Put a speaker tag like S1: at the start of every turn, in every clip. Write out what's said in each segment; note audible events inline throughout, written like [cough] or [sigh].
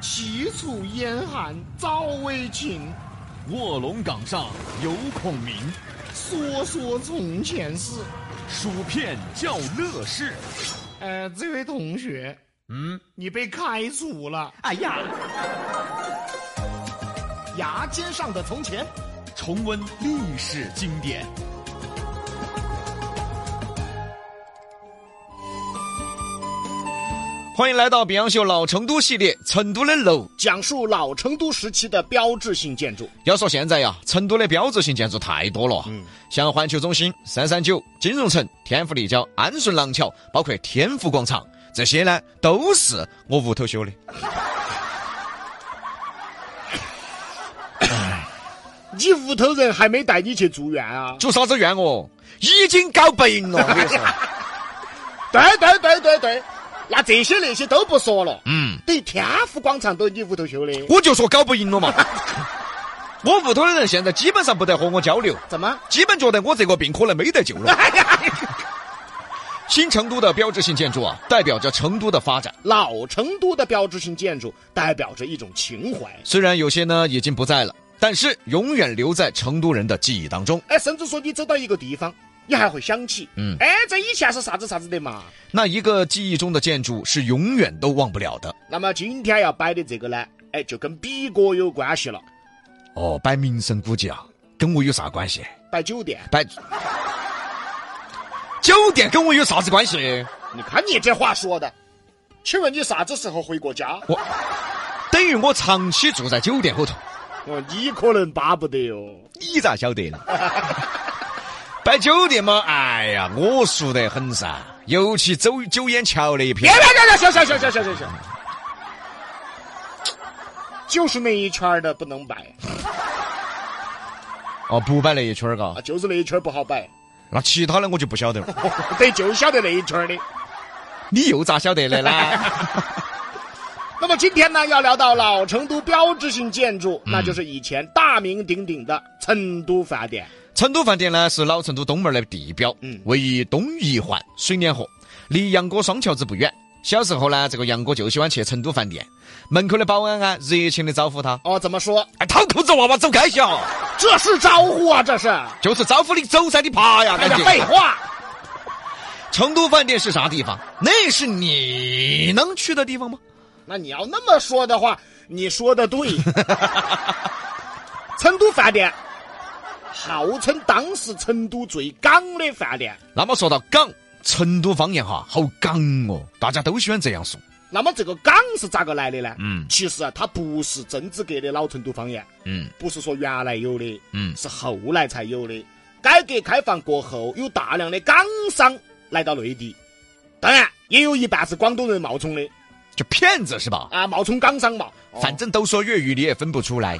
S1: 齐楚燕韩赵魏秦，
S2: 卧龙岗上有孔明，
S1: 说说从前事。
S2: 薯片叫乐事。
S1: 呃，这位同学，
S2: 嗯，
S1: 你被开除了。
S3: 哎呀，牙尖上的从前，
S2: 重温历史经典。
S4: 欢迎来到《比洋秀老成都》系列，成都的楼。
S3: 讲述老成都时期的标志性建筑。
S4: 要说现在呀，成都的标志性建筑太多了，像环球中心、三三九、金融城、天府立交、安顺廊桥，包括天府广场，这些呢都是我屋头修的。
S3: 你屋头人还没带你去住院啊？
S4: 做啥子怨哦？已经搞病了，我跟你说。
S3: 对对对对对，那这些那些都不说了。
S4: 嗯，
S3: 等于天府广场都是你屋头修的，
S4: 我就说搞不赢了嘛。 [laughs] 我屋头的人现在基本上不得和我交流，
S3: [laughs] 怎么？
S4: 基本觉得我这个病可能没得救了。
S3: 哎呀，
S4: 新成都的标志性建筑啊，代表着成都的发展。
S3: 老成都的标志性建筑代表着一种情怀。
S4: 虽然有些呢已经不在了，但是永远留在成都人的记忆当中。
S3: 哎，甚至说你走到一个地方，你还会想起，
S4: 嗯
S3: 哎，这以前是啥子啥子的嘛。
S4: 那一个记忆中的建筑是永远都忘不了的。
S3: 那么今天要摆的这个呢，哎，就跟比哥有关系了，
S4: 哦，摆名胜古迹啊，跟我有啥关系？
S3: 摆酒店。
S4: 摆酒店跟我有啥子关系？
S3: 你看你这话说的，请问你啥子时候回过家？
S4: 我等于我长期住在酒店后头，
S3: 哦，你可能巴不得哦哟。
S4: 你咋晓得呢？摆酒店嘛，哎呀，我熟得很噻，尤其走九眼桥那一
S3: 别
S4: 片。
S3: 别别别，行行行行行行行，就是那一圈儿的不能摆
S4: 哦，不摆那一圈儿嘎
S3: 啊，，就是那一圈儿不好摆，
S4: 那其他的我就不晓得了。
S3: 得就晓得那一圈儿的。
S4: 你又咋晓得的呢？
S3: 那么今天呢，要聊到老成都标志性建筑，那就是以前大名鼎鼎的成都饭店。
S4: 成都饭店呢是老成都东门儿的地标，
S3: 嗯
S4: 位于东一环水碾河，离杨哥双桥子不远。小时候呢，这个杨哥就喜欢去成都饭店，门口的保安啊热情的招呼他
S3: 哦，怎么说？：“
S4: 哎，掏裤子娃娃走开些
S3: 哎
S4: 哦，
S3: 这是招呼啊，这是。
S4: 就是招呼你走噻，你爬呀，
S3: 哎
S4: 赶
S3: 呀，
S4: 紧。
S3: 废话，
S4: 成都饭店是啥地方？那是你能去的地方吗？
S3: 那你要那么说的话，你说的对。成都饭店号称当时成都最港的饭店。
S4: 那么说到港，成都方言哈，好港哦，大家都喜欢这样说。
S3: 那么这个港是咋个来的呢？
S4: 嗯
S3: 其实啊，它不是正资格的老成都方言，
S4: 嗯
S3: 不是说原来有的，
S4: 嗯，
S3: 是后来才有的。改革开放过后，有大量的港商来到内地，当然也有一半是广东人冒充的
S4: 就骗子是吧？
S3: 啊，冒哦充港商嘛。
S4: 反正都说粤语，你也分不出来。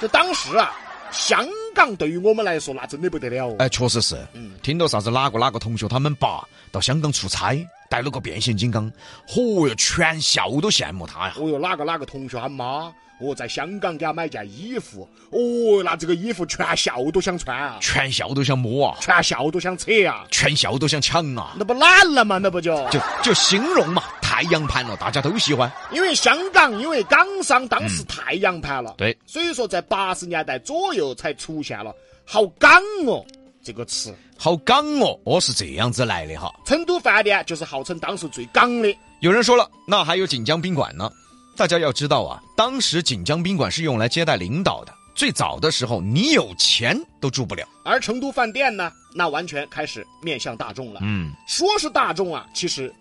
S3: 就当时啊，香港对于我们来说那真的不得了哦。
S4: 哎，确实是，
S3: 嗯
S4: 听到啥子哪个哪个同学他们爸到香港出差，带了个变形金刚，嚯哟，全校都羡慕他呀！
S3: 哦哟，哪个哪个同学他妈，哦，在香港给他买件衣服，哦，那这个衣服全校都想穿啊，
S4: 全校都想摸啊，
S3: 全校都想扯啊，
S4: 全校都想抢啊，
S3: 那不懒了嘛，那不就
S4: 就就形容嘛，太阳盘了，大家都喜欢。
S3: 因为香港，因为港商当时太洋盘了，
S4: 对
S3: 所以说在八十年代左右才出现了“好港哦”这个词。
S4: 好港哦，哦是这样子来的哈。
S3: 成都饭店就是号称当时最港的，
S4: 有人说了，那还有锦江宾馆呢？大家要知道啊，当时锦江宾馆是用来接待领导的。最早的时候，你有钱都住不了。
S3: 而成都饭店呢，那完全开始面向大众了。
S4: 嗯，
S3: 说是大众啊，其实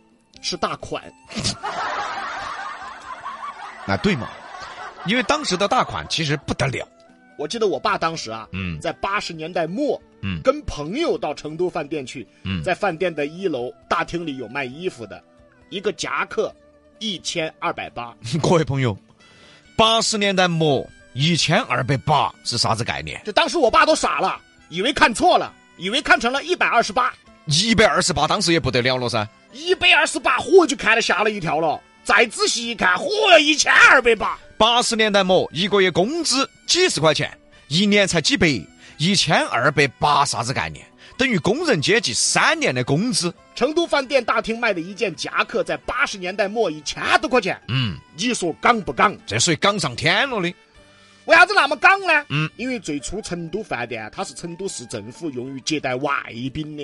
S3: 是大款。
S4: 那对嘛？因为当时的大款其实不得了。
S3: 我记得我爸当时啊，
S4: 嗯
S3: 在八十年代末，
S4: 嗯
S3: 跟朋友到成都饭店去，
S4: 嗯
S3: 在饭店的一楼大厅里有卖衣服的，一个夹克一千二百八。
S4: [laughs] 各位朋友，八十年代末一千二百八是啥子概念？
S3: 就当时我爸都傻了，以为看错了，以为看成了一百二十八，
S4: 一百二十八当时也不得了了噻。
S3: 一百二十八，嚯就看得吓了一跳了。再仔细一看，嚯，一千二百八，
S4: 八十年代末一个月工资几十块钱，一年才几百，一千二百八啥子概念？等于工人阶级三年的工资。
S3: 成都饭店大厅卖的一件夹克，在八十年代末一千多块钱，
S4: 嗯，
S3: 你说港不港？
S4: 这属于港上天了的。
S3: 为啥子那么港呢？
S4: 嗯，
S3: 因为最初成都饭店它是成都市政府用于接待外宾的，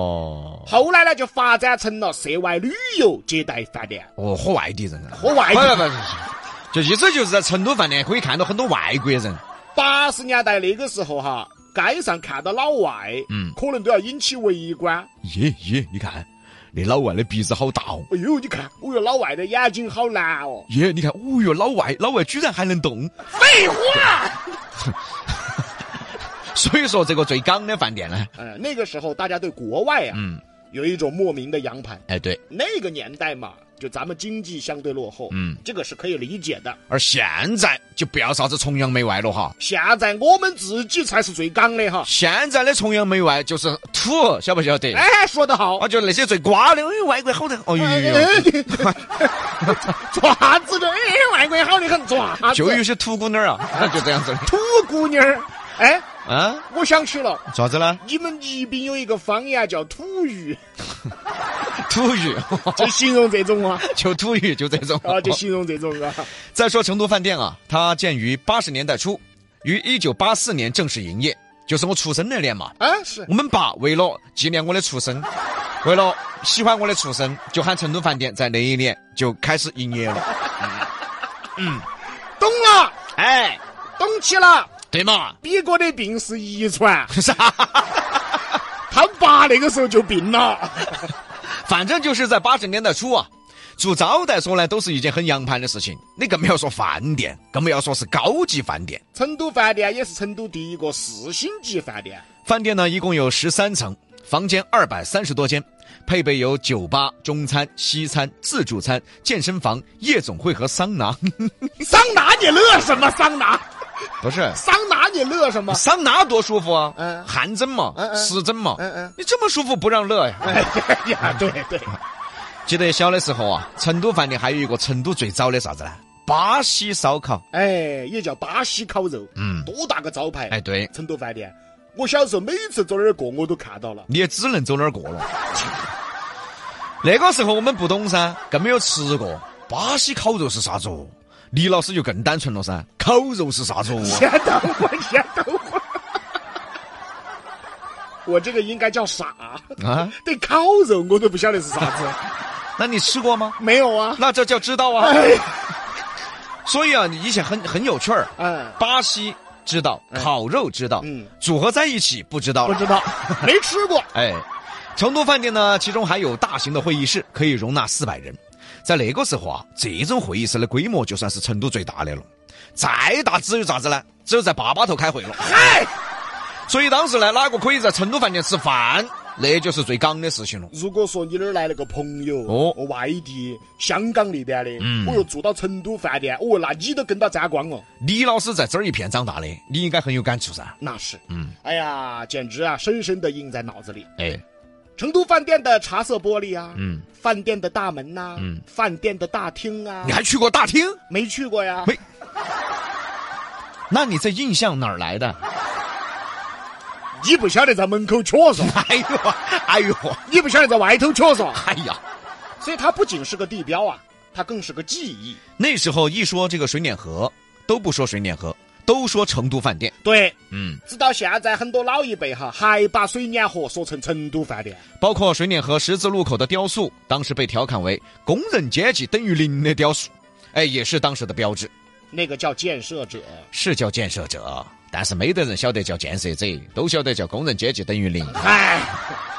S4: 哦
S3: 后来呢就发展成了涉外旅游接待饭店。
S4: 哦，喝外地人啊，
S3: 喝外
S4: 不不
S3: 地，
S4: 不，就意思就是在成都饭店可以看到很多外国人。
S3: 八十年代那个时候哈，街上看到老外，
S4: 嗯
S3: 可能都要引起围观。
S4: 耶耶，你看那老外的鼻子好大哦。
S3: 哎呦，你看，哦哟，老外的眼睛好蓝哦。
S4: 耶，你看，哦哟，老外老外居然还能动。
S3: 废话。
S4: 所以说这个最港的饭店呢，
S3: 呃，那个时候大家对国外啊，
S4: 嗯，
S3: 有一种莫名的洋盘。
S4: 哎对，
S3: 那个年代嘛，就咱们经济相对落后，
S4: 嗯，
S3: 这个是可以理解的。
S4: 而现在就不要啥子崇洋媚外了哈。
S3: 现在我们自己才是最刚的哈。
S4: 现在的崇洋媚外就是土，晓不晓得？
S3: 哎，说得好，
S4: 啊，就那些最瓜的，哎呦，外国好的，哦呦
S3: 哎
S4: 呦
S3: 哎
S4: 呦，
S3: 你爪子的，哎，外国好的很，爪子
S4: 就有些土姑娘啊，就这样子
S3: [laughs]
S4: 的
S3: 土姑娘儿。哎，
S4: 啊，
S3: 我想起了，
S4: 咋子呢？
S3: 你们宜宾有一个方言叫土语，
S4: 土鱼，
S3: 就形容这种啊，
S4: [laughs] 就土鱼，就这种。
S3: 啊，就形容这种啊。
S4: 再说成都饭店啊，它建于八十年代初，于一九八四年正式营业，就是我出生那年嘛。
S3: 啊，是
S4: [laughs] 我们爸为了纪念我的出生，为了喜欢我的出生，就喊成都饭店在那一年就开始营业了。
S3: 懂了，
S4: 哎，
S3: 懂起了。
S4: 对嘛？
S3: 比哥的病是遗传，
S4: 啥？
S3: [laughs] 他爸那个时候就病了。
S4: 反正就是在八十年代初啊，做招待所呢都是一件很洋盘的事情，你更不要说饭店，更不要说是高级饭店。
S3: 成都饭店也是成都第一个四星级饭店，
S4: 饭店呢一共有十三层，房间二百三十多间，配备有酒吧、中餐、西餐、自助餐、健身房、夜总会和桑拿。 [laughs]
S3: 桑拿你乐什么？桑拿，
S4: 不是，
S3: 桑拿你乐
S4: [laughs]
S3: 什么？
S4: 桑拿多舒服啊！
S3: 嗯
S4: 汗蒸嘛
S3: 嗯，嗯
S4: 湿蒸嘛
S3: 嗯嗯，
S4: 你这么舒服不让乐呀？
S3: 哎 [laughs] 呀，对对，
S4: 记得小的时候啊，成都饭店还有一个成都最早的啥子呢？巴西烧烤。
S3: 哎，也叫巴西烤肉，
S4: 嗯，
S3: 多大个招牌？
S4: 哎，，对，
S3: 成都饭店，我小时候每次走那儿过，我都看到了。
S4: 你也只能走那儿过了。 [laughs] 那个时候我们不懂噻，更没有吃过巴西烤肉是啥子哦。李老师就更单纯了噻，烤肉是啥
S3: [laughs]
S4: 子哦？
S3: 先等会儿，先等会儿， [laughs] 我这个应该叫傻，
S4: 啊，
S3: 对烤肉我都不晓得是啥子，
S4: 那你吃过吗？
S3: 没有啊。
S4: 那这叫知道啊。
S3: 哎，
S4: 所以啊，你以前很很有趣儿。
S3: 嗯，
S4: 巴西知道，烤肉知道，
S3: 嗯
S4: 组合在一起不知道
S3: 不
S4: 了。
S3: 知道，没吃过。
S4: 哎，成都饭店呢，其中还有大型的会议室，可以容纳四百人。在那个时候啊，这种会议室的规模就算是成都最大的了。再大只有咋子呢？只有在坝坝头开会了。
S3: 嗨、
S4: 所以当时呢，哪个可以在成都饭店吃饭，那就是最港的事情了。
S3: 如果说你那儿来了个朋友，
S4: 哦
S3: 外地香港那边的，
S4: 嗯
S3: 哦哟，住到成都饭店，哦，那你都跟到沾光了，
S4: 李老师在这儿一片长大的，你应该很有感触噻。
S3: 那是，
S4: 嗯，
S3: 哎呀，简直啊，深深的印在脑子里。
S4: 哎，
S3: 成都饭店的茶色玻璃啊，
S4: 嗯，
S3: 饭店的大门呐、
S4: 嗯
S3: 饭店的大厅啊
S4: [laughs] 你，还去过大厅？
S3: 没去过呀
S4: 没，那你这印象哪儿来的？
S3: 你不晓得在门口缺啥，
S4: 哎呦，哎呦，
S3: 你不晓得在外头缺啥，
S4: 哎呀！
S3: 所以它不仅是个地标啊，它更是个记忆。
S4: 那时候一说这个水碾河，都不说水碾河，都说成都饭店。
S3: 对，
S4: 嗯，
S3: 直到现在，很多老一辈哈还把水碾河说成成都饭店。
S4: 包括水碾河十字路口的雕塑，当时被调侃为“工人阶级等于零”的雕塑，哎，也是当时的标志，
S3: 那个叫建设者，
S4: 是叫建设者，但是没得人晓得叫建设者，都晓得叫工人阶级等于零。
S3: 哎， [laughs]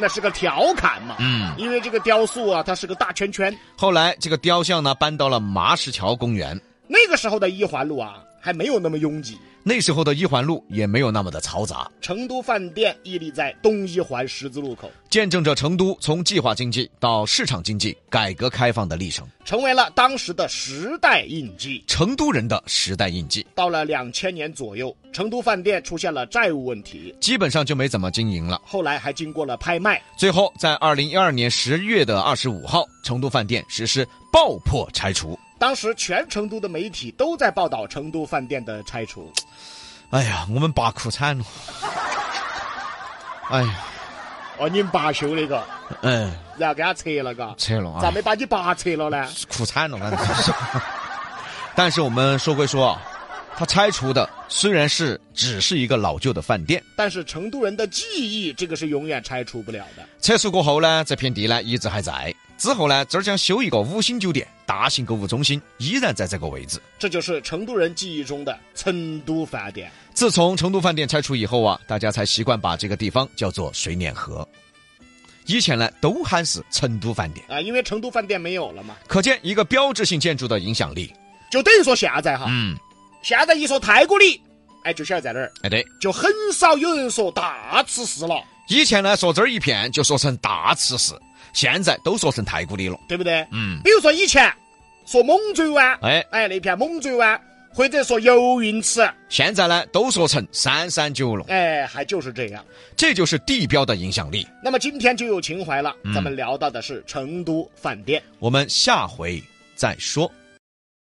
S3: 那是个调侃嘛。
S4: 嗯，
S3: 因为这个雕塑啊，它是个大圈圈。
S4: 后来这个雕像呢搬到了麻石桥公园，
S3: 那个时候的一环路啊，还没有那么拥挤。
S4: 那时候的一环路也没有那么的嘈杂，
S3: 成都饭店屹立在东一环十字路口，
S4: 见证着成都从计划经济到市场经济改革开放的历程，
S3: 成为了当时的时代印记。
S4: 成都人的时代印记。
S3: 到了两千年左右，成都饭店出现了债务问题，
S4: 基本上就没怎么经营了。
S3: 后来还经过了拍卖。
S4: 最后，在二零一二年十月的二十五号，成都饭店实施爆破拆除。
S3: 当时全成都的媒体都在报道成都饭店的拆除。
S4: 哎呀，我们爸哭惨了。哎呀，
S3: 哦，你们罢休那个，
S4: 嗯，
S3: 然后给他拆了，嘎，
S4: 撤了
S3: 咋
S4: 啊，
S3: 没把你爸拆了呢？
S4: 苦惨了，那是。但是我们说归说啊，他拆除的虽然是只是一个老旧的饭店，
S3: 但是成都人的记忆，这个是永远拆除不了的。
S4: 拆除过后呢，这片地呢一直还在。之后呢，这儿将修一个五星酒店，大型购物中心依然在这个位置。
S3: 这就是成都人记忆中的成都饭店。
S4: 自从成都饭店拆除以后啊，大家才习惯把这个地方叫做水碾河。以前呢，都喊是成都饭店，
S3: 啊，因为成都饭店没有了嘛，
S4: 可见一个标志性建筑的影响力。
S3: 就等于说现在哈，
S4: 嗯，
S3: 现在一说太古里，哎，就现在那儿，
S4: 哎对，
S3: 就很少有人说大慈寺了，
S4: 以前呢说这儿一片就说成大慈寺，现在都说成太古里了。
S3: 对不对？
S4: 嗯，
S3: 比如说以前说猛追湾，
S4: 哎，
S3: 哎，那片猛追湾，或者说游泳池，
S4: 现在呢都说成三三九了，
S3: 哎，还就是这样。
S4: 这就是地标的影响力。
S3: 那么今天就
S4: 嗯
S3: 有情怀了，咱们聊到的是成都饭店。
S4: 我们下回再说。